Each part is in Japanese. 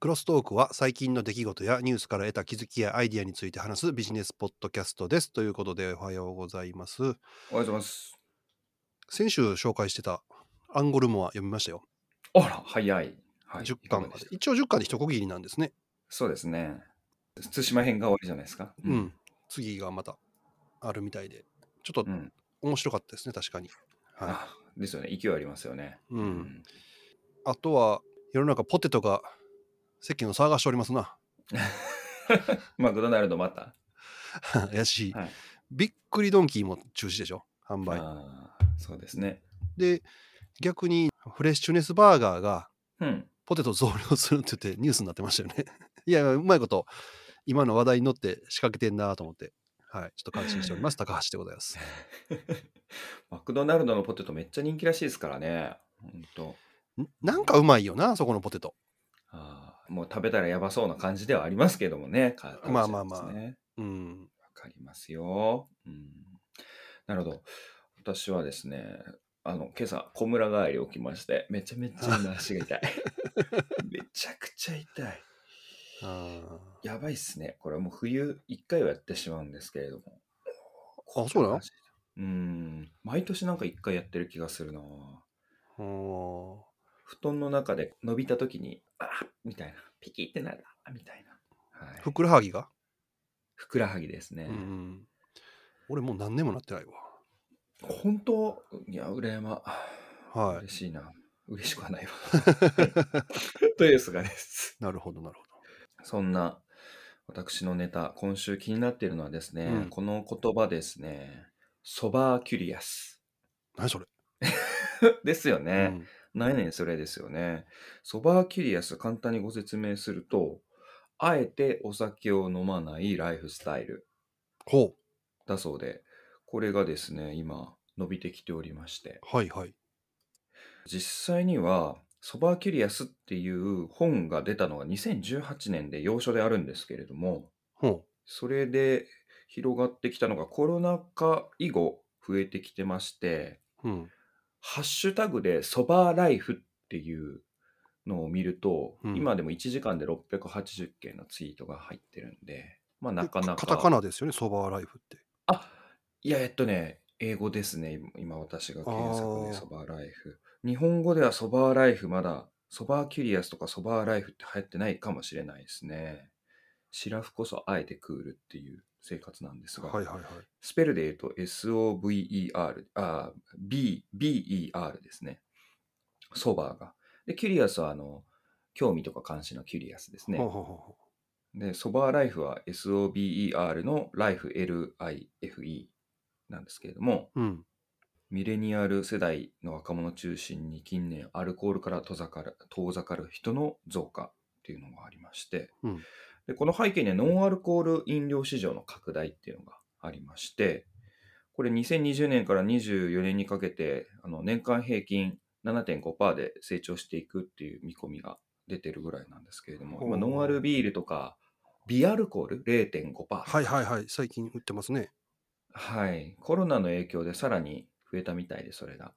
クロストークは最近の出来事やニュースから得た気づきやアイディアについて話すビジネスポッドキャストです。ということでおはようございます。おはようございます。先週紹介してたアンゴルモア読みましたよ。あら、早い。はい、 10巻まで。一応10巻で一区切りなんですね。そうですね。対馬編が終わりじゃないですか。うん。次がまたあるみたいで。ちょっと面白かったですね、確かに。はい、ですよね、勢いありますよね。うん。うん、あとは、世の中ポテトが世間を騒がしておりますな。 マクドナルド また。怪しい。はい、びっくりドンキーも中止でしょ、販売。そうですね。で、逆にフレッシュネスバーガーが、うん、ポテト増量するって言ってニュースになってましたよね。 いや、うまいこと、今の話題に乗って仕掛けてんなと思って。はい、ちょっと感心しております。高橋でございます。マクドナルドのポテトめっちゃ人気らしいですからね。本当。なんかうまいよな、そこのポテト。あもう食べたらやばそうな感じではありますけどもね。。ねまあまあまあ。うんわかりますよ。うん。なるほど。私はですね、あの、今朝、小村帰り起きまして、めちゃめちゃ今足が 痛い。めちゃくちゃ痛い。あやばいっすね。これもう冬1回はやってしまうんですけれども。あ、そうなのうん。毎年なんか1回やってる気がするな布団の中で伸びた時に、あみたいな。ピキってなるみたいな。はい、ふくらはぎがふくらはぎですね。うん。俺もう何年もなってないわ。本当いや、羨ま。はい。嬉しいな。嬉しくはないわ。というすがです。なるほど、なるほど。そんな私のネタ、今週気になっているのはですね、うん、この言葉ですね、ソバーキュリアス。何それですよね。うん、何年それですよね。ソバーキュリアス、簡単にご説明すると、あえてお酒を飲まないライフスタイル。ほう。だそうで、これがですね、今、伸びてきておりまして。はいはい。実際には、ソバーキュリアスっていう本が出たのが2018年で要所であるんですけれども、うん、それで広がってきたのがコロナ禍以後増えてきてまして、うん、ハッシュタグでソバーライフっていうのを見ると、うん、今でも1時間で680件のツイートが入ってるんで、まあなかなか。カタカナですよね、ソバーライフって。あいや、えっとね、英語ですね、今私が検索でソバーライフ。日本語ではソバーライフまだ、ソバーキュリアスとかソバーライフって流行ってないかもしれないですね。シラフこそあえてクールっていう生活なんですが、はいはいはい、スペルで言うと SOVER、あ、B、BER ですね。ソバーが。で、キュリアスはあの、興味とか関心のキュリアスですね。ほうほうほうで、ソバーライフは SOBER のライフ LIFE なんですけれども、うんミレニアル世代の若者中心に近年アルコールから遠ざかる遠ざかる人の増加っていうのがありまして、うん、でこの背景にはノンアルコール飲料市場の拡大っていうのがありましてこれ2020年から24年にかけてあの年間平均7.5%で成長していくっていう見込みが出てるぐらいなんですけれども今ノンアルビールとかビアルコール0.5%はいはいはい最近売ってますねはいコロナの影響でさらに増えたみたいで、それが。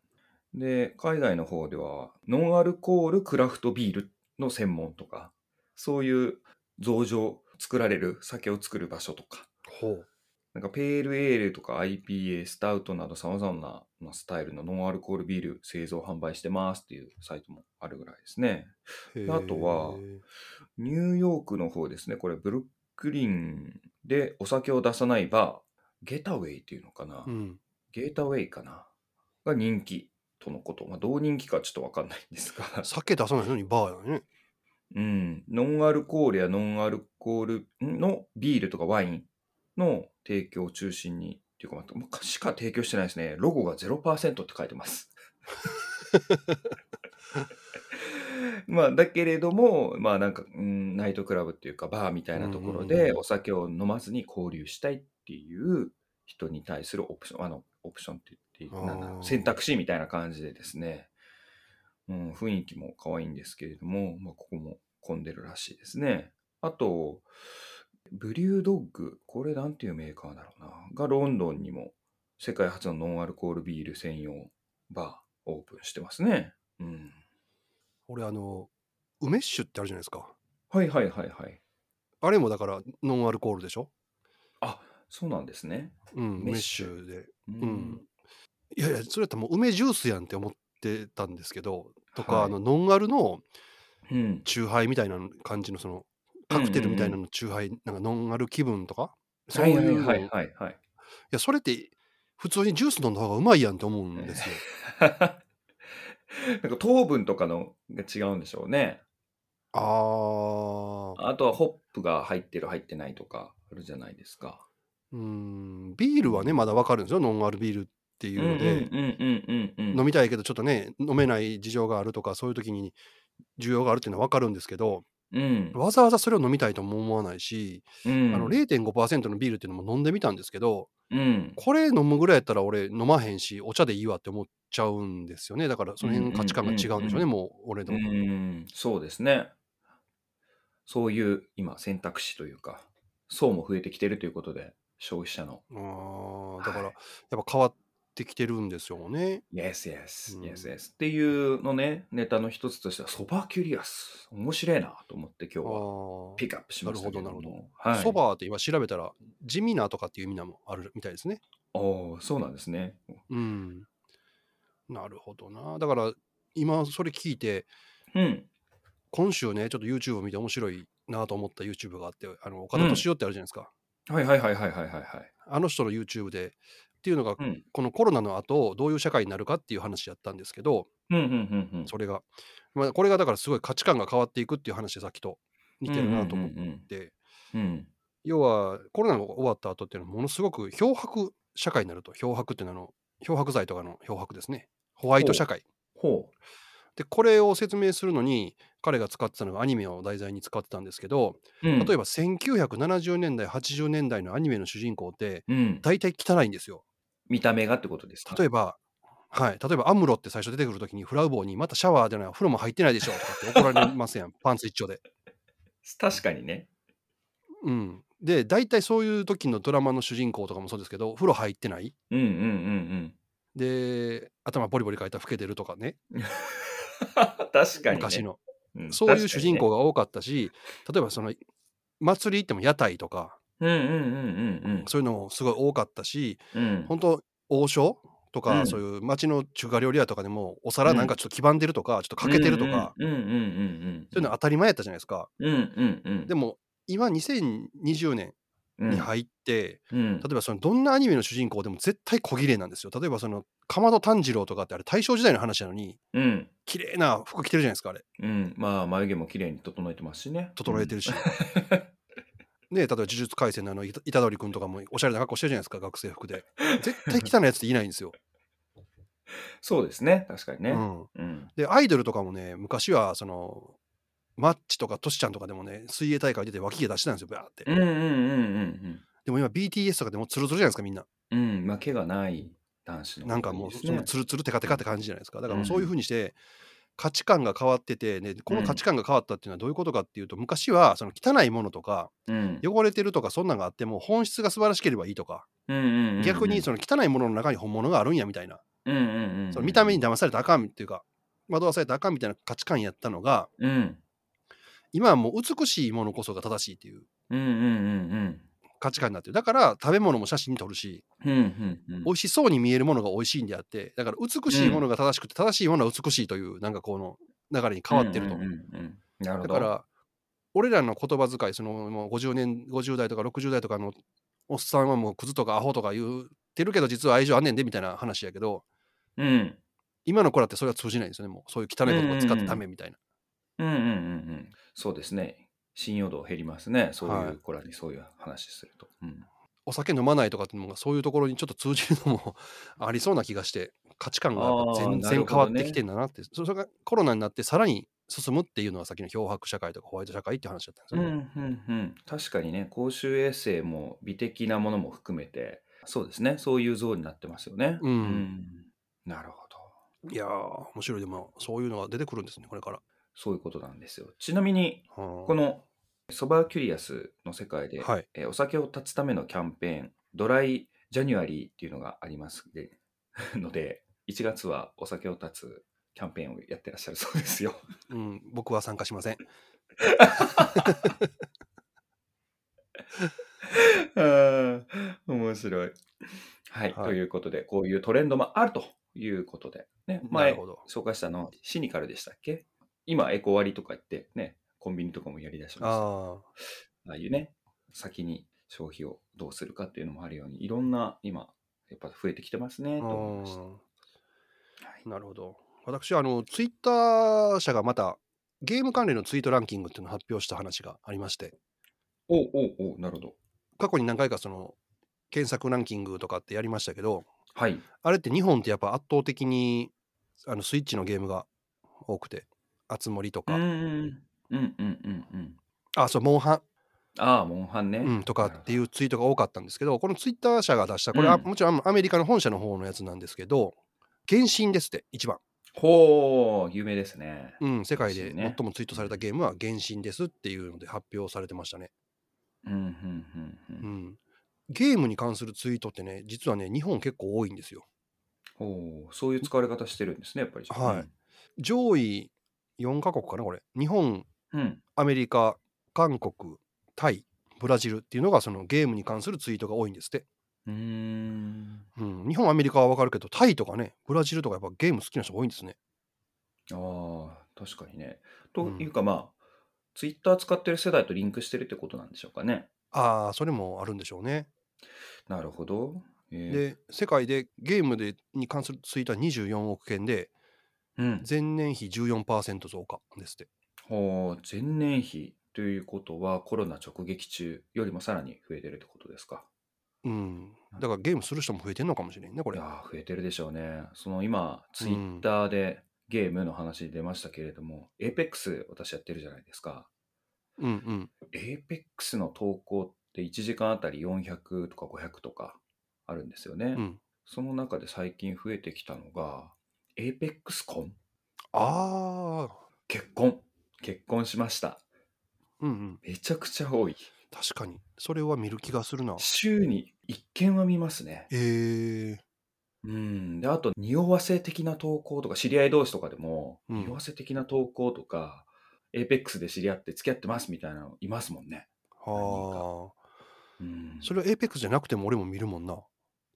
で、海外の方では、ノンアルコールクラフトビールの専門とか、そういう造場、作られる酒を作る場所とか、ほうなんかペールエールとか IPA、スタウトなど様々なスタイルのノンアルコールビール製造販売してますっていうサイトもあるぐらいですね。あとは、ニューヨークの方ですね、これブルックリンでお酒を出さないバー、ゲタウェイっていうのかな、うんゲータウェイかなが人気とのこと。まあ、どう人気かちょっとわかんないんですが。酒出さないのにバーだね。うん。ノンアルコールやノンアルコールのビールとかワインの提供を中心に、っていうか、まあ、しか提供してないですね。ロゴが0%って書いてます。まあ、だけれども、まあなんか、うん、ナイトクラブっていうか、バーみたいなところでお酒を飲まずに交流したいっていう人に対するオプション、あの、オプションって言ってなん選択肢みたいな感じでですね、うん、雰囲気も可愛いんですけれども、まあ、ここも混んでるらしいですね。あと、ブリュードッグ、これなんていうメーカーだろうな、がロンドンにも世界初のノンアルコールビール専用バーオープンしてますね。うん。俺あの、梅酒ってあるじゃないですか。はいはいはいはい。あれもだからノンアルコールでしょあそうなんですね。うん、メメッッシシュュで。ううん。いやいや、それやったらもう梅ジュースやんって思ってたんですけど、とか、はいあの、ノンアルのうん。チューハイみたいな感じの、その、カクテルみたいなのチューハイ、なんかノンアル気分とか、そういうの、はいいはいはいはい。や、それって、普通にジュース飲んだ方がうまいやんって思うんです よ。なんか糖分とかのが違うんでしょうね。あー、あとはホップが入ってる入ってないとかあるじゃないですか。うん、ビールはね、まだわかるんですよ、ノンアルビールっていううんのうんうんで。うんうんう飲ん。みたいけどちょっとね飲めない事情があるとかそういう時に需要があるっていうのは分かるんですけどうんわざわざそれを飲みたいとも思わないし、うんあの0.5%のビールっていうのも飲んでみたんですけどうんこれ飲むぐらいやったら俺飲まへんしお茶でいいわって思っちゃうんですよねだからその辺価値観が違うんでしょうね、うんもう俺うの、んそうですね。そういう今選択肢というか層も増えてきてるということで消費者の。あーだからやっぱ変わってきてるんですよね Yes, yes, うん yes, yes. っていうのね、ネタの一つとしては、ソバキュリアス。面白いなと思ってあ今日はーピックアップしましたけどなも。るほどなはい。そばって今調べたら地味なとかっていう意味なのもあるみたいですねおーそうなんですね。うん。なるほどな。だから今それ聞いて、うん。今週ね、ちょっと YouTube を見て面白いなと思った YouTube があって、あの岡田敏夫ってあるじゃないですか。はいはいはいはいはいはいはい。あの人の YouTube で。っていうのが、うんこのコロナの後どういう社会になるかっていう話やったんですけど、うんうんうんうん。それが、まあ、これがだからすごい価値観が変わっていくっていう話でさっきと似てるなと思っうんうんて、うんうん。要はコロナが終わった後っていうのはものすごく漂白社会になると漂白っていうのはあの漂白剤とかの漂白ですねホワイト社会ほでこれを説明するのに彼が使ってたのがアニメを題材に使ってたんですけどう。例例えば、ば1970年代80年代のアニメの主人公ってうん、大体汚いんですよ見た目がってことですか例えばはい例えばアムロって最初出てくる時にフラウボーにまたシャワーでないお風呂も入ってないでしょとかって怒られます やんパンツ一丁で確かにね。うんで大体そういう時のドラマの主人公とかもそうですけどお風呂入ってないうんうんうんで頭ボリボリかいたら老けてるとかねうん。確かに、ね。昔のうんそういう主人。公確が多かったし例えばその祭り行っても屋台とかかにねうんうんうんそういうのもすごい多かったし、うんうん。本当王将とか、うんそういう町の中華料理屋とかでもお皿なんかちょっと黄ばんでるとか、ちょっと欠けてるとか、うんうんうんうんうん。そういうのは当たり前やったじゃないですか。うんうんうん。でも今2020年もに入って、うん例えばそのどんなアニメの主人公でも絶対小綺麗なんですよ。例えばそのかまど炭治郎とかってあれ大正時代の話なのにうん。綺麗な服着てるじゃないですかあれうん。まあ、眉毛も綺麗に整えてますしね。整えてるし。ね例えば呪術廻戦のあのいた虎杖君とかもおしゃれな格好してるじゃないですか学生服で絶対汚いやつっていないんですよ、うんそうですね。確かにう ね。ん、うん。でアイドルとかもね昔はそのマッチとかトシちゃんとかでもね水泳大会出て脇毛出してたんですよバーって、うんうんうんうんでも今 BTS とかでもツルツルじゃないですかみんなうん。うん。まあ、毛がない男子の方がなんかもいういですそねのツルツルテカテカって感じじゃないですかだからもううんそういうふうにして価値観が変わってて、ね、この価値観が変わったっていうのはどういうことかっていうと昔はその汚いものとかうん汚れてるとかそんなんがあっても本質が素晴らしければいいとかうんうんうんうん逆にその汚いものの中に本物があるんやみたいなうんうんうんうんその見た目に騙されたらあかんっていうか惑わされたらあかんみたいな価値観やったのがうん今はもう美しいものこそが正しいっていううんうんうん価値観になってるだから食べ物も写真に撮るしうんうんうんうん美味しそうに見えるものが美味しいんであってだから美しいものが正しくて正しいものは美しいというなんかこの流れに変わってるとうんうんうんうんなるほだどから俺らの言葉遣いそのもう50年50代とか60代とかのおっさんはもうクズとかアホとか言ってるけど実は愛情あんねんでみたいな話やけどうん今の子らってそれは通じないんですよねもうそういう汚い言葉使ってダメみたいなうんうんうんうんそうですね信用度減りますねそういはうい子らにそういう話するとうんお酒飲まないとかっていうのがそういうところにちょっと通じるのも ありそうな気がして価値観がやっぱあー全なるほどね然変わってきてんだなってそそれがコロナになってさらに進むっていうのはさっきの漂白社会とかホワイト社会って話だったんですうんようね。んうん確かにね公衆衛生も美的なものも含めてそうですねそういう像になってますよねうんなるほいどやー面白いでもそういうのが出てくるんですねこれから。そういうことなんですよちなみにここのソバーキュリアスの世界で、はいえーお酒を断つためのキャンペーン、ドライジャニュアリーっていうのがありますで ので、1月はお酒を断つキャンペーンをやってらっしゃるそうですよ。うん、僕は参加しません。 あー面白い。はい、はいということで、こういうトレンドもあるということで、ね、なる前ほど。紹介したのはシニカルでしたっけ今、エコ割とか言って、ね、コンビニとかもやりだしました。ああ、ああいうね、先に消費をどうするかっていうのもあるように、いろんな今、やっぱ増えてきてますね、と思いました。はうんいなるほど。私はあの、ツイッター社がまた、ゲーム関連のツイートランキングっていうのを発表した話がありまして、おうおうおうなるほど。過去に何回かその、検索ランキングとかってやりましたけど、はい。あれって日本ってやっぱ圧倒的に、あの、スイッチのゲームが多くて、あつ森とうんか、うんうんうんうん。あ、そう、モンハンああ、モンハンね。うん、とかっていうツイートが多かったんですけど、このツイッター社が出した、これ、うんあもちろんあのアメリカの本社の方のやつなんですけど、原神ですって、一番。ほう、有名ですね。うん、世界で原神ね最もツイートされたゲームは原神ですっていうので発表されてましたね。うんうんうんう。うんん。ゲームに関するツイートってね、実はね、日本結構多いんですよ。ほう、そういう使われ方してるんですね、やっぱり。はい上位4カ国かな、これ。日本、うん。うん。アメリカ、韓国、タイ、ブラジルっていうのがそのゲームに関するツイートが多いんですって。うーん。うん、日本、アメリカはわかるけど、タイとかね、ブラジルとかやっぱゲーム好きな人多いんですね。ああ、確かにね。というか、まあ、ツイッター使ってる世代とリンクしてるってことなんでしょうかね。ああ、それもあるんでしょうね。なるほど。で、え世界でゲームでに関するツイートは24億件で、ーうん。前年比14%増加ですって。ほう、前年比ということは、コロナ直撃中よりもさらに増えてるってことですか。うん。だからゲームする人も増えてんのかもしれんね、こいれ。やはー増えてるでしょうね。その今、ツイッターでゲームの話出ましたけれども、エーペックス私やってるじゃないですか。うんうん。エーペックスの投稿って1時間あたり400とか500とかあるんですよね。うん。その中で最近増えてきたのが、エーペックス婚ああ、結婚結婚しました。うんうん。めちゃくちゃ多い。確かに。それは見る気がするな。週に1件は見ますね。えー、うん、であと匂わせ的な投稿とか知り合い同士とかでも、うん匂わせ的な投稿とかエイペックスで知り合って付き合ってますみたいなのいますもんね。はあ。うん、それは APEX じゃなくても俺も見るもんな。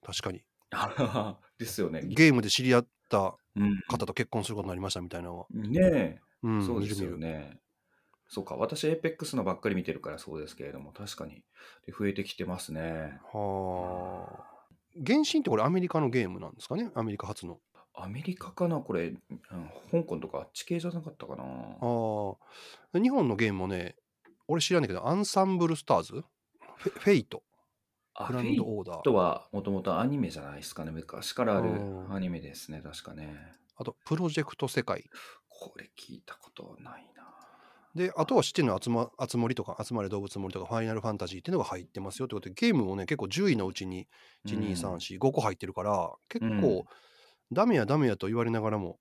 確かに。 ですよね。ゲームで知り合ったうん、方と結婚することになりましたみたいなのは。ねうえ、ん、そう見でるす見よる。ね。そうか私、エイペックスのばっかり見てるからそうですけれども、確かにで増えてきてますね。はあ。原神ってこれアメリカのゲームなんですかねアメリカ初の。アメリカかな、これ、うん香港とかあっち系じゃなかったかな。ああ。日本のゲームもね、俺知らないけど、アンサンブルスターズフェフェイト、あグラフェンイドオーダー。とはもともとアニメじゃないですかね。昔からあるうんアニメですね、確かね。あと、プロジェクト世界。これ聞いたことないな。で、あとは知ってるのは集ま、集まりとか、集まれ動物森とか、ファイナルファンタジーっていうのが入ってますよってことで、ゲームもね、結構10位のうちに、1、2、3、4、5個入ってるから、結うん構、ダメやダメやと言われながらも、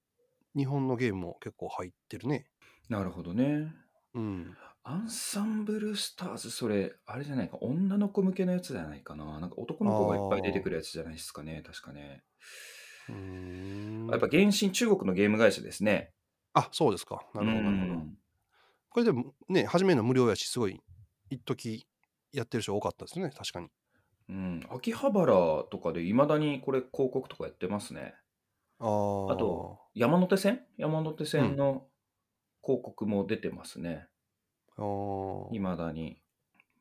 日本のゲームも結構入ってるね。なるほどね。うん。アンサンブルスターズ、それ、あれじゃないか、女の子向けのやつじゃないかな。なんか男の子がいっぱい出てくるやつじゃないですかね、確かね。うーんやっぱ原神、中国のゲーム会社ですね。あ、そうですか。なるほど、なるほど。うんこれでもね、始めるの無料やし、すごい、一時やってる人多かったですね、確かに。うん、秋葉原とかでいまだにこれ広告とかやってますね。あーあと、山手線山手線の広告も出てますね。あーいまだに。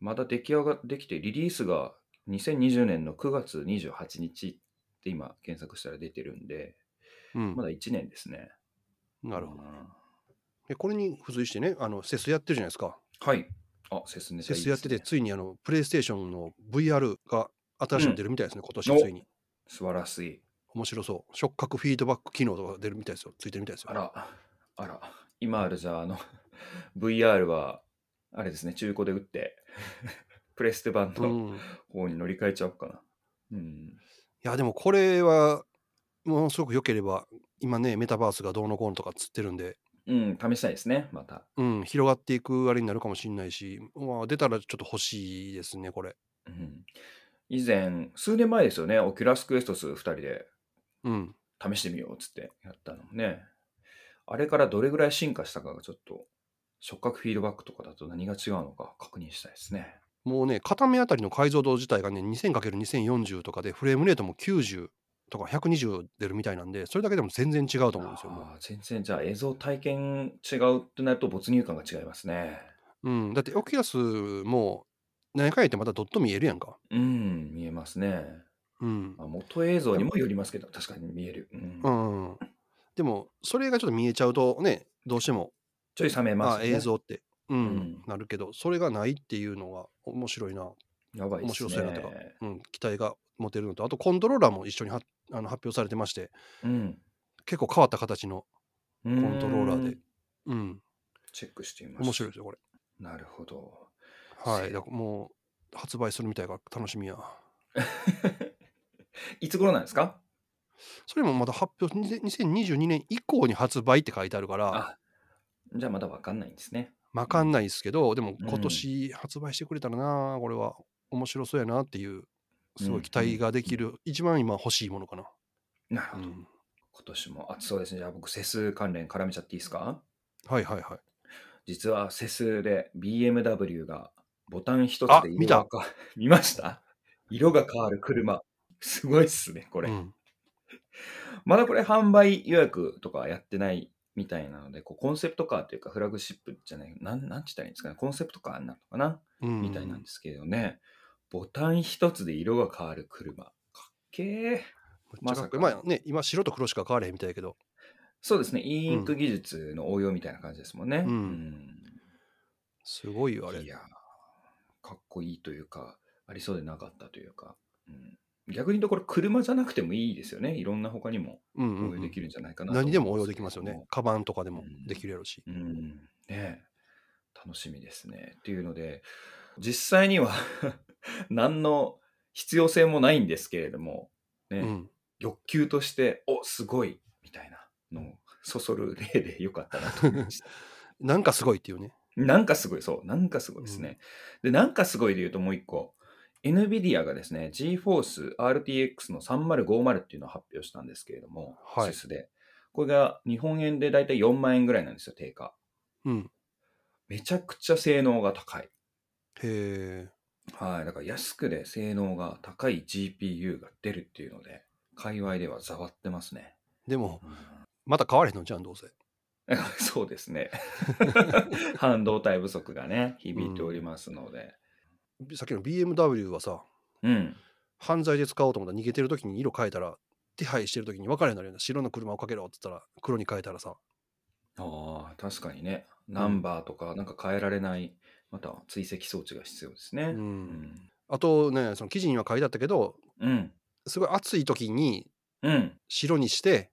まだ出来上ができて、リリースが2020年の9月28日って今検索したら出てるんで、うんま、だ1年ですね。なるほど。うんでこれに付随してね、あの、セスやってるじゃないですか。はい。あ、セスネタセいいスやってて、ですねついにあの、プレイステーションの VR が新しいの出るみたいですね、今年おついに。素晴らしい。面白そう。触覚フィードバック機能とか出るみたいですよ。ついてるみたいですよ。あら、あら、今あるじゃ あ、あの、VR は、あれですね、中古で打って、 プレステ版うのん、い方に乗り換えちゃおうかな。うん。や、でもこれは、ものすごく良ければ、今ね、メタバースがどうのこうのとかつってるんで、うん、試したいですね、また。うん、広がっていくあれになるかもしれないし、まあ、出たらちょっと欲しいですね、これ。うん以前、数年前ですよね、オキュラスクエスト2、2人でうん。試してみようっつってやったのもね。あれからどれぐらい進化したかがちょっと触覚フィードバックとかだと何が違うのか確認したいですね。もうね、片面あたりの解像度自体がね、2000×2040 とかで、フレームレートも90とか120出るみたいなんで、それだけでも全然違うと思うんですよ。もうああ、全然じゃあ映像体験違うってなると没入感が違いますね。うん、だって、オキュラスも、何回やってまたドット見えるやんか。うん、見えますね。うん。まあ、元映像にもよりますけど、確かに見える。うんうん。でも、それがちょっと見えちゃうとね、どうしても、ちょい冷めあます、ね。映像って、うん、うんなるけど、それがないっていうのが面白いな。やばいです面白ね。そうやなとかうん、期待が持てるのと、あとコントローラーも一緒にはあの発表されてまして、うん。結構変わった形の、コントローラーで。うん、チェックしてみます。面白いですよ、これ。なるほど。はせい、だからもう発売するみたいが楽しみや。いつ頃なんですかそれもまだ発表、に2022年以降に発売って書いてあるから、あじゃあまだわかんないんですね。わかんないですけど、でもうん今年発売してくれたらな、これは面白そうやなっていう、すごい期待ができる、一番今欲しいものかな。なるほうど。ん、今年も暑そうですね。じゃあ僕、セス関連絡めちゃっていいですかはいはいはい。実はセスで BMW がボタン一つあで見色たが変わ見ました色が変わる車。すごいっすね、これ。うんまだこれ販売予約とかはやってないみたいなので、こうコンセプトカーというかフラグシップじゃない、なんなんて言ったらいいんですかね、コンセプトカーになるのかな、うんみたいなんですけどね、ボタン一つで色が変わる車。かっけー。めっちゃかっこいいままさかあね、今白と黒しか変われへんみたいやけど、そうですね、インク技術の応用みたいな感じですもんね。うんうんすごいよ、あれい。やーかっこいいというか、ありそうでなかったというか、うん、逆に言うとこれ、車じゃなくてもいいですよね。いろんな他にもうんうん応う用んできるんじゃないかなと思何いですけれども応用できますよね。カバンとかでもできるやろうし。うん、ねえ楽しみですね。っていうので、実際には 何の必要性もないんですけれども、ねうん、欲求として、おすごいみたいなのをそそる例でよかったなと思いました。なんかすごいっていうね。なんかすごい、そう、なんかすごいですね。で、なんかすごいで言うともう一個、NVIDIA がですね、GForce RTX の3050っていうのを発表したんですけれども、はい SIS で。これが日本円でだいたい4万円ぐらいなんですよ、定価。うん。めちゃくちゃ性能が高い。へえ。はい。だから安くで性能が高い GPU が出るっていうので、界隈ではざわってますね。でも、うんまた変われへんのじゃん、どうせ。 そうですね。 半導体不足がね、響いておりますので。さっきの BMW はさ、うん。犯罪で使おうと思ったら逃げてる時に色変えたら、手配してる時に分からへんようになるような白の車をかけろって言ったら、黒に変えたらさ、ああ、確かにね。ナンバーとか、なんか変えられない、また追跡装置が必要ですね。うんうん。あとね、その記事には書いてあったけど、うん。すごい暑い時にうん。白にして、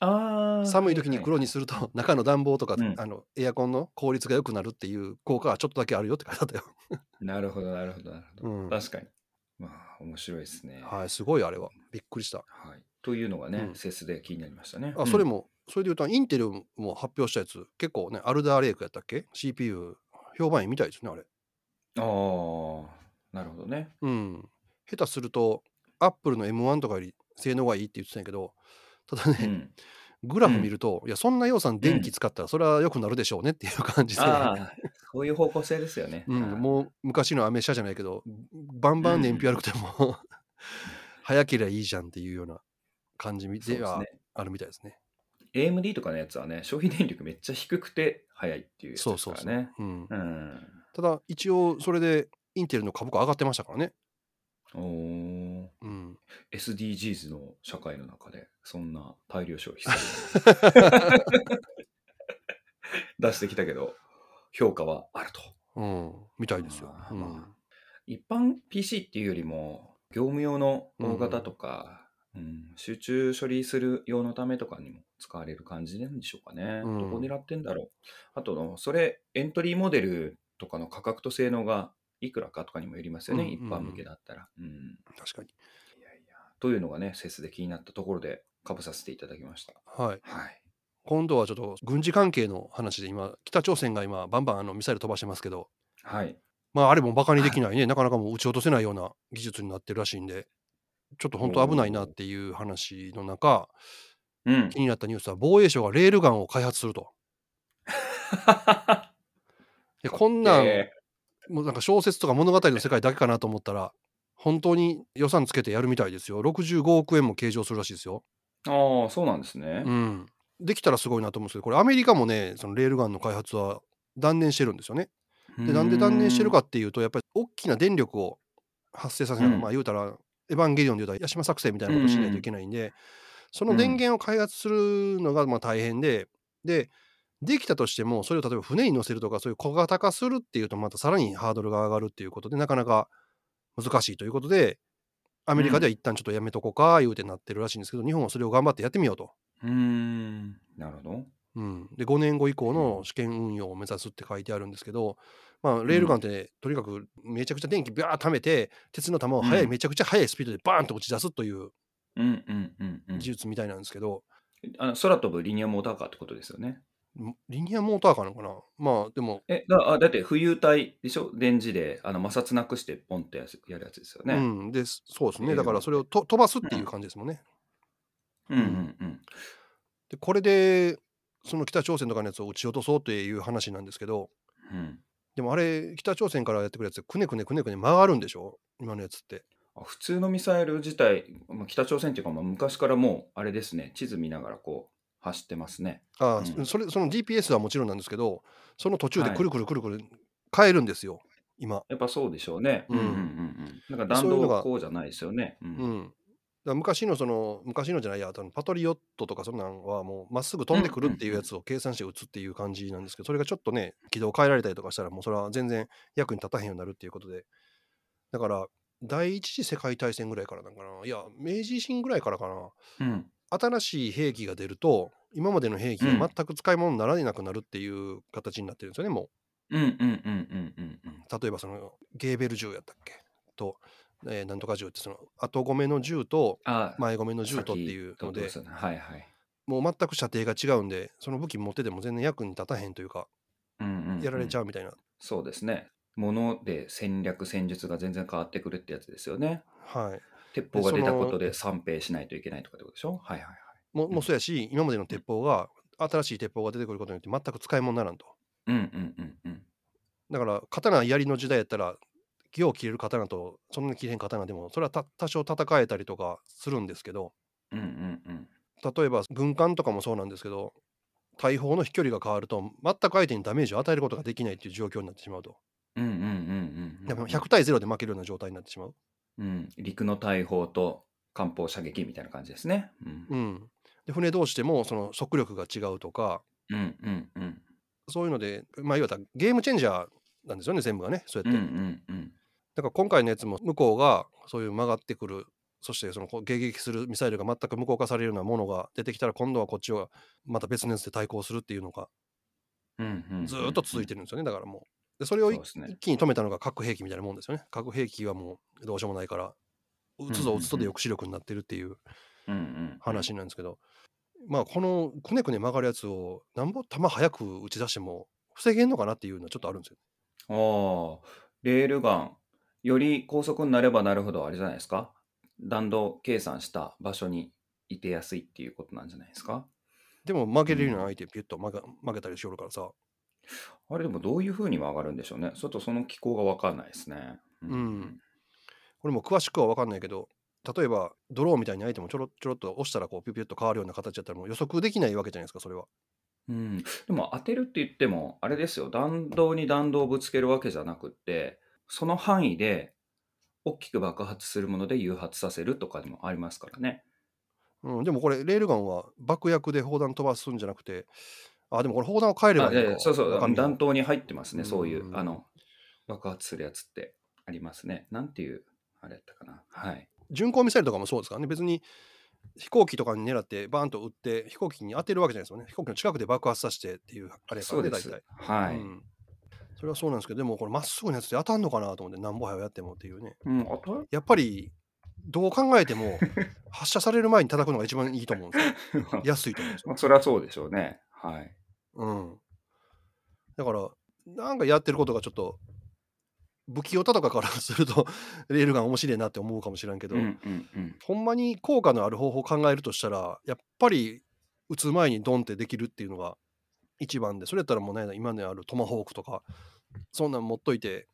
ああ。寒い時には黒にすると、 中の暖房とか、うんあのエアコンの効率が良くなるっていう効果はちょっとだけあるよって書いてあったよ。いはい。なるほど、なるほど、なるほど。うん確かに。まあ、面白いですね。はい、すごいあれは。びっくりした。はい。というのがね、うんセスで気になりましたね。あそれも。も、それで言うと、インテルも発表したやつ、結構ね、アルダーレイクやったっけ ?CPU、評判いいみたいですね、あれ。ああ、なるほ どね。うん。下手すると、アップルの M1 とかより性能がいいって言ってたんやけど、ただうね、ん。グラフ見ると、いや、そんな要さん電気使ったら、それは良くなるでしょうねっていう感じで、ああ、そういう方向性ですよね。 うん、はいもう昔のアメ車じゃないけど、バンバン燃費悪くても、 早ければいいじゃんっていうような感じそうでですはね。あるみたいですね。 AMD とかのやつはね、消費電力めっちゃ低くて速いっていうやつそうですそかうそらう。ね。うん、うん。ただ、一応、それで、インテルの株価上がってましたからね。おー。うん SDGs の社会の中でそんな大量消費す る出してきたけど評価はあるとうん、みたいですよ。あうーんま一般 PC っていうよりも業務用の大型とか、うん集中処理する用のためとかにも使われる感じなんでしょうかね、うんどこ狙ってんだろうあとのそれエントリーモデルとかの価格と性能がいくらかとかにもよりますよね、うんうんうん一般向けだったら、うん、確かに。いやいやというのがねセスで気になったところでかぶさせていただきましたはい。はい今度はちょっと軍事関係の話で今、北朝鮮が今、バンバンあのミサイル飛ばしてますけど、はい。まあ、あれもバカにできないね、なかなかもう撃ち落とせないような技術になってるらしいんで、ちょっと本当危ないなっていう話の中、うん 気。になったニュースは、防衛省がレールガンを開発すると。こんなん、えもうなんか小説とか物語の世界だけかなと思ったら、本当に予算つけてやるみたいですよ。65億円も計上するらしいですよ。ーああ、そうなんですね。うん、できたらすごいなと思うんですけど、これ、アメリカもね、そのレールガンの開発は断念してるんですよね。で、なんで断念してるかっていうと、やっぱり大きな電力を発生させながら、うんまあ言うたら、エヴァンゲリオンで言うたら、ヤシマ作戦みたいなことをしないといけないんで、その電源を開発するのがまあ大変で、で、できたとしても、それを例えば船に乗せるとか、そういう小型化するっていうと、またさらにハードルが上がるっていうことで、なかなか難しいということで、アメリカでは一旦ちょっとやめとこうか、いうてなってるらしいんですけど、日本はそれを頑張ってやってみようと。うーん。なるほど。うん、で5年後以降の試験運用を目指すって書いてあるんですけど、まあ、レールガンってね、とにかくめちゃくちゃ電気ビャー貯めて鉄の弾を速い、うんめちゃくちゃ速いスピードでバーンと打ち出すといううんうんうんうん。技術みたいなんですけど、あの空飛ぶリニアモーターカーってことですよね。んリニアモーターかなのかなまあでも、えだあだって浮遊体でしょ電磁であの摩擦なくしてポンってやつやるやつですよね。うん、ですそうですレねールガだンからそれをと飛ばすっていう感じですもんね。うんうんうん。でこれでその北朝鮮とかのやつを撃ち落とそうという話なんですけどうんでもあれ北朝鮮からやってくるやつくねくねくねくね曲がるんでしょ今のやつって。あ普通のミサイル自体、まあ、北朝鮮っていうか、まあ、昔からもうあれですね地図見ながらこう走ってますね。あうーんそれその GPS はもちろんなんですけどその途中ではいくるくるくるくる変えるんですよ、今、やっぱそうでしょうね。うんうんうんうんうん、なんかそう弾いうの道がこうじゃないですよね。ううんんだから昔のその昔のじゃないやあのパトリオットとかそんなんはもうまっすぐ飛んでくるっていうやつを計算して打つっていう感じなんですけどそれがちょっとね軌道変えられたりとかしたらもうそれは全然役に立たへんようになるっていうことでだから第一次世界大戦ぐらいからなんかないや明治維新ぐらいからかなうん新しい兵器が出ると今までの兵器うんが全く使い物にならなくなるっていう形になってるんですよねもううんうんうんうんうんうん例えばそのゲーベル銃やったっけと、えーなんとか銃ってその後込めの銃とあ前込めのあ銃とっていうのではいはい。もう全く射程が違うんでその武器持ってても全然役に立たへんというかうんうんうんやられちゃうみたいな、そうですね。もので戦略戦術が全然変わってくるってやつですよね。はい鉄砲が出たそのことで三兵しないといけないとかってことでしょはいはいはい。もうもううんそうやし今までの鉄砲が新しい鉄砲が出てくることによって全く使い物にならんとうんうんうんうん。だから刀槍の時代やったらよう切れる刀とそんなに切れへん刀でもそれはた多少戦えたりとかするんですけどうんうんうん。例えば軍艦とかもそうなんですけど大砲の飛距離が変わると全く相手にダメージを与えることができないっていう状況になってしまうと、うんうんうんうんうん。でも100対0で負けるような状態になってしまう、うん、陸の大砲と艦砲射撃みたいな感じですね。うんう、ん、で船同士でもその速力が違うとかうん、うん、うん、そういうのでまあいわゆるゲームチェンジャーなんですよね全部がねそううやん、っうて、ん、うん。だから今回のやつも向こうがそういう曲がってくるそしてそのこう迎撃するミサイルが全く無効化されるようなものが出てきたら今度はこっちはまた別のやつで対抗するっていうのがうんうんずーっと続いててるんですよねだからもうでそれをそうですね一気に止めたのが核兵器みたいなもんですよね。核兵器はもうどうしようもないから、撃つうんぞうんう撃んつぞで抑止力になってるっていううんうん、話なんですけど、まあこのくねくね曲がるやつをなんぼ弾早く打ち出しても防げんのかなっていうのはちょっとあるんですよ。ああレールガンより高速になればなるほどあれじゃないですか弾道計算した場所にいてやすいっていうことなんじゃないですかでも負けれるような相手ピュッと曲が曲げたりしよるからさ、あれでもどういうふうに曲がるんでしょうねちょっとその機構が分かんないですねううんこれも詳しくは分かんないけど例えばドローンみたいに相手もちょろちょろっと押したらこうピュッピュッと変わるような形だったらもう予測できないわけじゃないですかそれは。うん、でも当てるって言ってもあれですよ弾道に弾道をぶつけるわけじゃなくってその範囲で大きく爆発するもので誘発させるとかでもありますからね。うん、でもこれレールガンは爆薬で砲弾飛ばすんじゃなくてあでもこれ砲弾を変えればあいいいのかやいやそうそうわあかんのない弾頭に入ってますねそういううんあの爆発するやつってありますね。なんていうあれやったかな。はい。巡航ミサイルとかもそうですからね別に飛行機とかに狙ってバーンと撃って飛行機に当てるわけじゃないですよね飛行機の近くで爆発させてっていうあれやかそうらねで大す体、。はうい、ん、それはそうなんですけどでもこれまっすぐのやつで当たんのかなと思ってなんぼ早くやってもっていうねうん。あとやっぱりどう考えて も発射される前に叩くのが一番いいと思うんですよは安いと思うんですよ、 まあそれはそうでしょうね。はい。うん、だからなんかやってることがちょっと不器用たとかからするとレールガン面白いなって思うかもしれんけど、うんうんうん。ほんまに効果のある方法を考えるとしたら、やっぱり打つ前にドンってできるっていうのが一番で、それやったらもうね、今のあるトマホークとか、そんなん持っといて、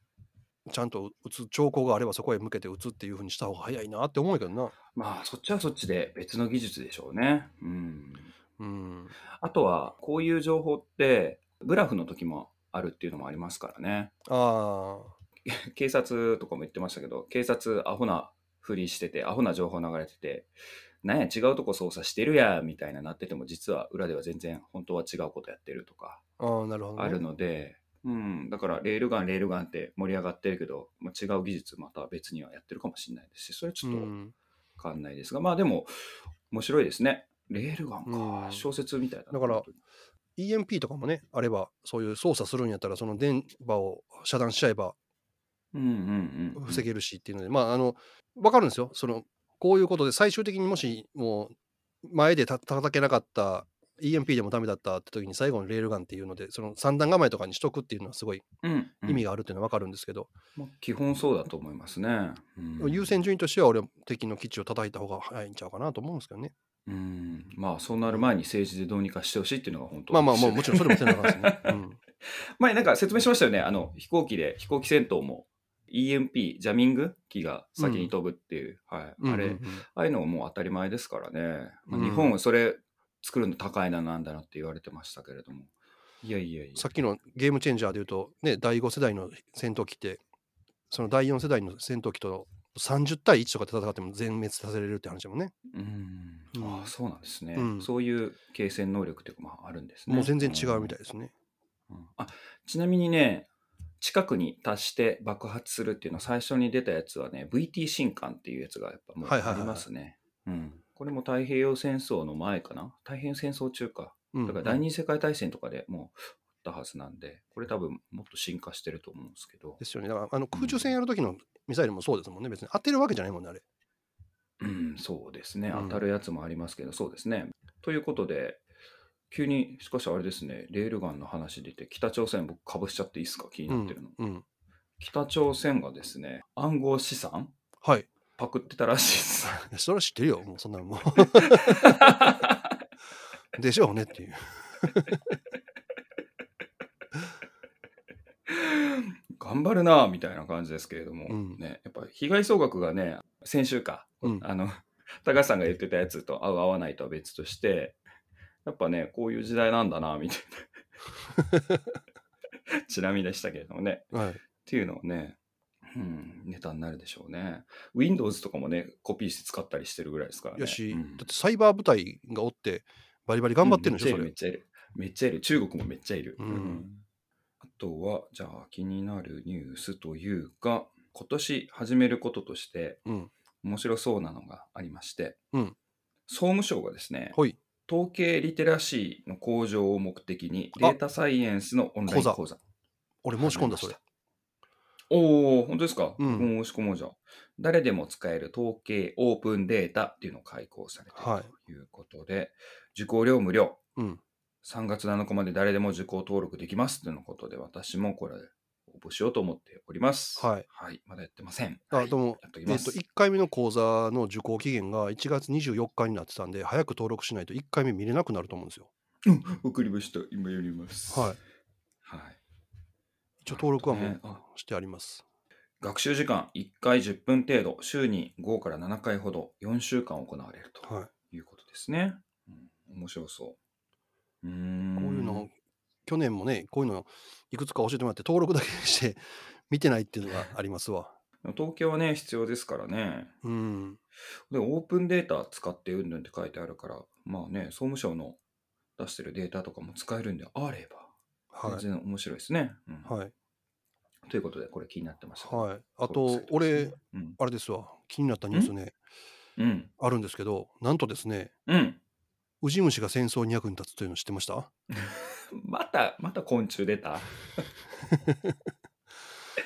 ちゃんと打つ兆候があればそこへ向けて打つっていうふうにした方が早いなって思うけどな。まあ、そっちはそっちで別の技術でしょうね。うん。うん。あとは、こういう情報って、グラフの時もあるっていうのもありますからね。あ警察とかも言ってましたけど、警察、アホなふりしてて、アホな情報流れてて、なんや、違うとこ操作してるや、みたいななってても、実は裏では全然本当は違うことやってるとか、あ、ああ、なるほど、ね。あるので、うん、だから、レールガン、レールガンって盛り上がってるけど、まあ、違う技術、または別にはやってるかもしれないですし、それはちょっとうわんかんないですが、まあでも、面白いですね。レールガンか、うん小説みたいだなだから、EMP とかもね、あれば、そういう操作するんやったら、その電波を遮断しちゃえばうんうんうん、防げるしっていうので、まあ、あの、わかるんですよ。その、こういうことで最終的にもし、もう、前でた叩けなかった、EMP でもダメだったって時に最後のレールガンっていうので、その三段構えとかにしとくっていうのはすごいうんうん意味があるっていうのはわかるんですけど、まあ基本そうだと思いますね。うん優先順位としては俺は敵の基地を叩いた方が早いんちゃうかなと思うんですけどね。うんまあそうなる前に政治でどうにかしてほしいっていうのが本当まあまあもうですよねもちろんそれもせなあかんです ね。うん、前なんか説明しましたよねあの飛行機で飛行機戦闘も EMP ジャミング機が先に飛ぶっていう、はいあれ、うんうんうんああいうのももう当たり前ですからね、まあうん日本はそれ作るの高いななんだなって言われてましたけれどもいやいやいやさっきのゲームチェンジャーでいうと、ね、第5世代の戦闘機って、その第4世代の戦闘機と30対1とかで戦っても全滅させれるって話だもんね。うんうんああそうなんですね、うんそういう継戦能力っていうかまああるんですねもう全然違うみたいですね。うんあちなみにね近くに達して爆発するっていうのは最初に出たやつはね VT 新艦っていうやつがやっぱもうはいはいはいありますね、うん、これも太平洋戦争の前かな太平洋戦争中かうんだから第二次世界大戦とかでもうあったはずなんでこれ多分もっと進化してると思うんですけどで、すよね。だからあの空中戦やる時のミサイルもそうですもんね。別に当てるわけじゃないもんね、あれ。うん、そうですねうん当たるやつもありますけど、そうですねということで急にしかしあれですねレールガンの話出て北朝鮮僕かぶしちゃっていいですか気にうなんってるの、うん、北朝鮮がですね暗号資産はい。 パクってたらしいです。それは知ってるよ、もうそんな のもう。でしょうねっていう。頑張るなぁみたいな感じですけれども、うんね、やっぱ被害総額がね先週か、うんあの 高橋さんが言ってたやつと合う合わないとは別としてやっぱねこういう時代なんだなぁみたい なちなみでしたけれどもねはい、っていうのをね、うん、ネタになるでしょうね Windows とかもねコピーして使ったりしてるぐらいですからねよし、うんだってサイバー部隊がおって、バリバリ頑張ってるんでしょ、うんめっちゃいるめっちゃいるめっちゃいる中国もめっちゃいる、うんあとはじゃあ気になるニュースというか今年始めることとしてそれ。うん。面白そうなのがありまして、うん総務省がですねほい。統計リテラシーの向上を目的にデータサイエンスのオンライ講ン座講座俺申し込んだ、それ。おお本当ですか、うんもう申し込もうじゃん誰でも使える統計オープンデータっていうのを開講されていはいるということで、受講料無料うん。 3月7日まで誰でも受講登録できますとのことで、私もこれ、応募しようと思っております。はい。まだやってません。あでも、やっとえきっます。と、1回目の講座の受講期限が1月24日になってたんで、早く登録しないと1回目見れなくなると思うんですよ。うん 送りました。今やります。はいい。。はい、一応登録はもなるうほどねあしてあります。学習時間1回10分程度、週に5から7回ほど、4週間行われるとはい。いうことですね。うん、面白そう。うーん。こういうの、去年もね、こういうのいくつか教えてもらって、登録だけして 見てないっていうのがありますわ。統計はね、必要ですからね。うん。で、オープンデータ使ってうんぬんって書いてあるから、まあね、総務省の出してるデータとかも使えるんであれば、はい。全然面白いですね。うんはい。ということで、これ気になってました。はい。あ登と録、されて俺ま、すね、あれですわ、気になったニュースね、うん。うん。あるんですけど、なんとですね、うん。ウジ虫が戦争に役に立つというの知ってましたまた、また昆虫出た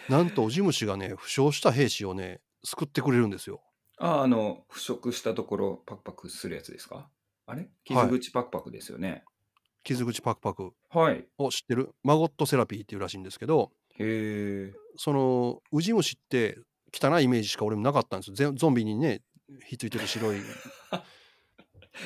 なんとウジ虫がね、負傷した兵士をね、救ってくれるんですよ。あ、あの、腐食したところパクパクするやつですかあれ傷口パクパクですよね。傷口パクパク。はい。を知ってるマゴットセラピーっていうらしいんですけどへえ。そのウジ虫って汚いイメージしか俺もなかったんですよぜゾンビにねひっついてる白い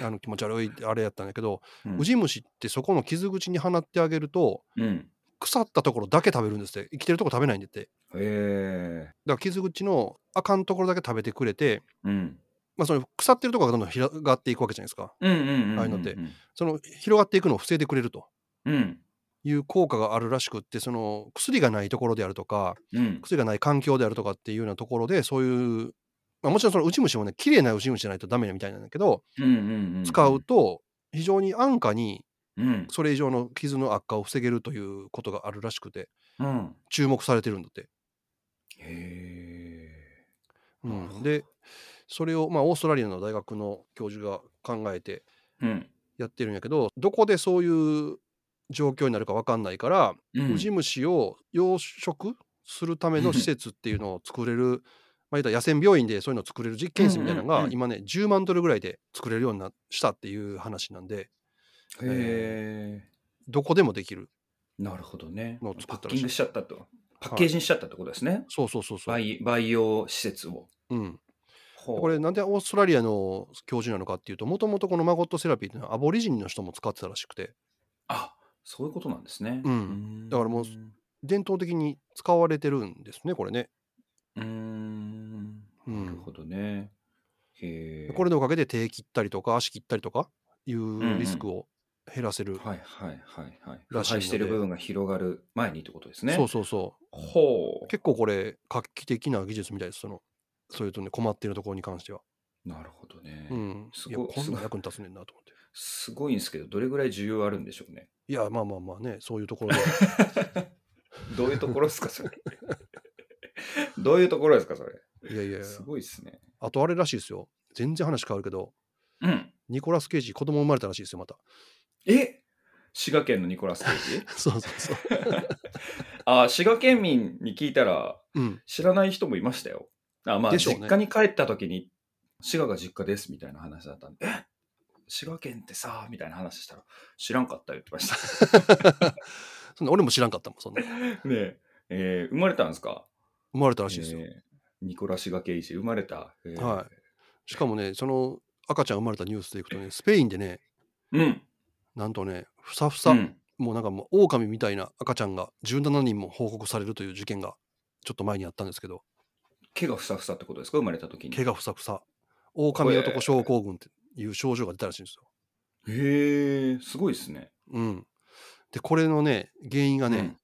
あの気持ち悪いあれやったんだけど、うんウジ虫ってそこの傷口に放ってあげるとうん。腐ったところだけ食べるんですって生きてるとこ食べないんでってだかえら傷口のあかんところだけ食べてくれて、うんまあ、その腐ってるところがどんどん広がっていくわけじゃないですかうんうんうんうんああいうのってその広がっていくのを防いでくれるとうんいう効果があるらしくってその薬がないところであるとかうん薬がない環境であるとかっていうようなところでそういう、まあ、もちろんそのウジ虫もね綺麗なウジ虫じゃないとダメみたいなんだけどうんうんうん使うと非常に安価にうんそれ以上の傷の悪化を防げるということがあるらしくてうん注目されてるんだって。へえうなるほん、どでそれを、まあ、オーストラリアの大学の教授が考えてうんやってるんやけどどこでそういう状況になるか分かんないから、うんウジ虫を養殖するための施設っていうのを作れる、まあ、言ったら野戦病院でそういうのを作れる実験室みたいなのうんうんがうん今ね10万ドルぐらいで作れるようになしたっていう話なんでへえどこでもできるなるほどねのを作ったパらしいッキングしちゃったとパッケージにしちゃったってことですねそうそうそうそう、培培養施設をうん、ほうこれなんでオーストラリアの教授なのかっていうともともとこのマゴットセラピーっていうのはアボリジンの人も使ってたらしくてあそういうことなんですねうんんだからもう伝統的に使われてるんですねこれね、うーんうなんるほ、どね。へえ。これのおかげで手切ったりとか足切ったりとかいうリスクを減らせる、はいはいはいはい。腐らしいので敗してる部分が広がる前にってことですね。そうそうそうほ結構これ画期的な技術みたいですそのそれとね困っているところに関しては、う。なるほどね。うん、すいやごいこすんごない役に立つねんなと思ってすごいんですけど、どれぐらい需要あるんでしょうね。いやまあまあまあねそういうとこ ろでどういうところですか、それ。 どういうところですか、それ。いやいやいやすごいですね。あとあれらしいですよ全然話変わるけどうん。ニコラス・ケイジ子供生まれたらしいですよま たえ滋賀県のニコラス・ケイジそうそうそう、あー滋賀県民に聞いたら うん、知らない人もいましたよ。あまあ、でしょうね実家に帰った時に、滋賀が実家ですみたいな話だったんで、え滋賀県ってさ、みたいな話したら、知らんかったよって言ってました。そんな俺も知らんかったもんそんな ねええー生まれたんですか生まれたらしいですよ、えーニコラ滋賀県一生まれた。えーはしかもねその赤ちゃん生まれたニュースでいくとねスペインでねうん。なんとねふさふさ、うんもうなんかもう狼みたいな赤ちゃんが17人も報告されるという事件がちょっと前にあったんですけど毛がふさふさってことですか生まれた時に。毛がふさふさ狼男症候群っていう症状が出たらしいんですよ。へえ、すごいですね。うん、でこれのね原因がね、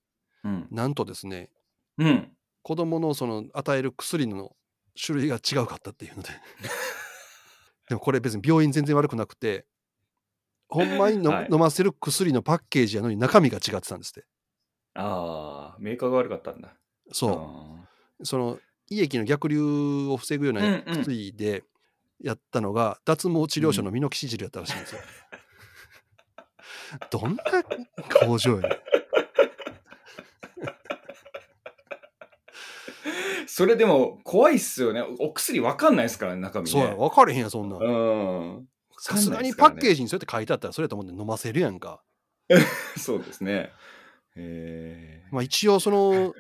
うん。なんとですねうん。子供のその与える薬の種類が違うかったっていうの ででもこれ別に病院全然悪くなくてほんまにの、はい飲ませる薬のパッケージやのに中身が違ってたんですってああ、メーカーが悪かったんだ。そう、その胃液の逆流を防ぐようなうんうん薬でやったのが、脱毛治療所のミノキシジルやったらしいんですよ。どんな工場やねんあーそれでも怖いっすよね。お薬わかんないですからね、中身ね。そうや分かれへんやんそんなんうん。 さすがにパッケージ。ジにそうやって書いてあったらそれやと思うんで飲ませるやんか、そうですね。へえ。まあ、一応その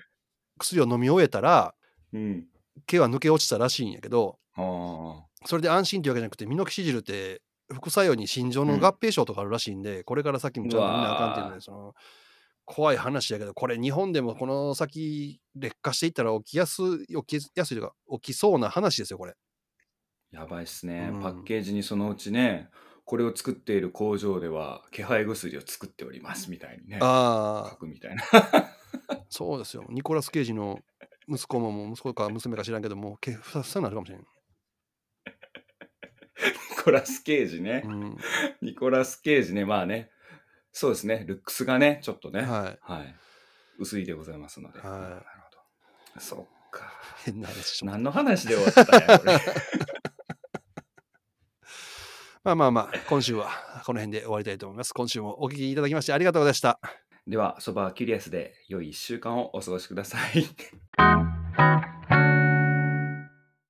薬を飲み終えたらうん。毛は抜け落ちたらしいんやけどあそれで安心っていうわけじゃなくてミノキシジルって副作用に心情の合併症とかあるらしいんで、これから先もちゃんと見なあかんっていうのうわでその怖い話やけどこれ日本でもこの先劣化していったら起きやすい起きやすいというか起きそうな話ですよこれあ。やばいっすね、うんパッケージにそのうちね、これを作っている工場では、気配薬を作っておりますみたいにね。書あくみたいな。 あそうですよニコラス・ケイジの息子ももう息子か娘か知らんけどもう毛ふさふさになるかもしれ ん、ニコラス・ケージね、うん、ニコラス・ケージね。まあね。そうですね。ルックスがね、ちょっとね。はい。はい薄いでございますので。はいなるほど。そっか。変な話しま何の話で終わったんやこれまあまあまあ、今週はこの辺で終わりたいと思います。今週もお聞きいただきましてありがとうございました。では、そばキュリアスで良い1週間をお過ごしください。